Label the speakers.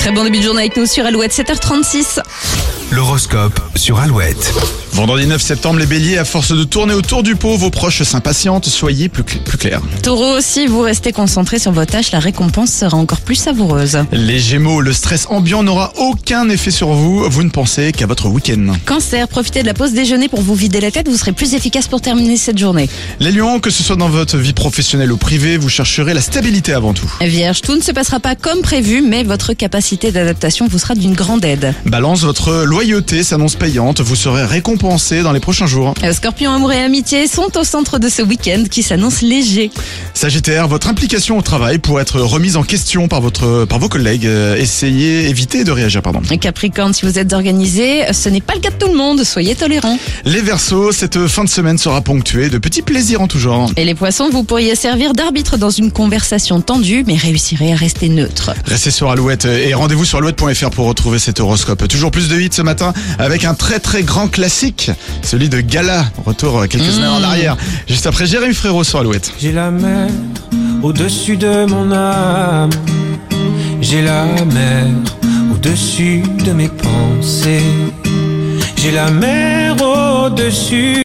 Speaker 1: Très bon début de journée avec nous sur Alouette 7h36.
Speaker 2: L'horoscope sur Alouette.
Speaker 3: Vendredi 9 septembre, les béliers, à force de tourner autour du pot, vos proches s'impatientent, soyez plus, cl- plus clairs.
Speaker 1: Taureau, si vous restez concentré sur vos tâches, la récompense sera encore plus savoureuse.
Speaker 3: Les gémeaux, le stress ambiant n'aura aucun effet sur vous, vous ne pensez qu'à votre week-end.
Speaker 1: Cancer, profitez de la pause déjeuner pour vous vider la tête, vous serez plus efficace pour terminer cette journée.
Speaker 3: Les lions, que ce soit dans votre vie professionnelle ou privée, vous chercherez la stabilité avant tout.
Speaker 1: Vierge, tout ne se passera pas comme prévu, mais votre capacité d'adaptation vous sera d'une grande aide.
Speaker 3: Balance, votre loyauté s'annonce payante, vous serez récompensé dans les prochains jours.
Speaker 1: Euh, Scorpion, amour et amitié sont au centre de ce week-end qui s'annonce léger.
Speaker 3: Sagittaire, votre implication au travail pourrait être remise en question par, votre, par vos collègues. Euh, Essayez, évitez de réagir, pardon.
Speaker 1: Capricorne, si vous êtes organisé, ce n'est pas le cas de tout le monde, soyez tolérants.
Speaker 3: Les Verseaux, cette fin de semaine sera ponctuée de petits plaisirs en tout genre.
Speaker 1: Et les poissons, vous pourriez servir d'arbitre dans une conversation tendue, mais réussirez à rester neutre.
Speaker 3: Restez sur Alouette euh, et rendez-vous sur alouette.fr pour retrouver cet horoscope. Toujours plus de hits ce matin avec un très très grand classique, celui de Gala. Retour euh, quelques années en arrière. Juste après Jérémy Frérot sur Alouette.
Speaker 4: J'ai la mer au-dessus de mon âme. J'ai la mer au-dessus de mes pensées. J'ai la mer au-dessus.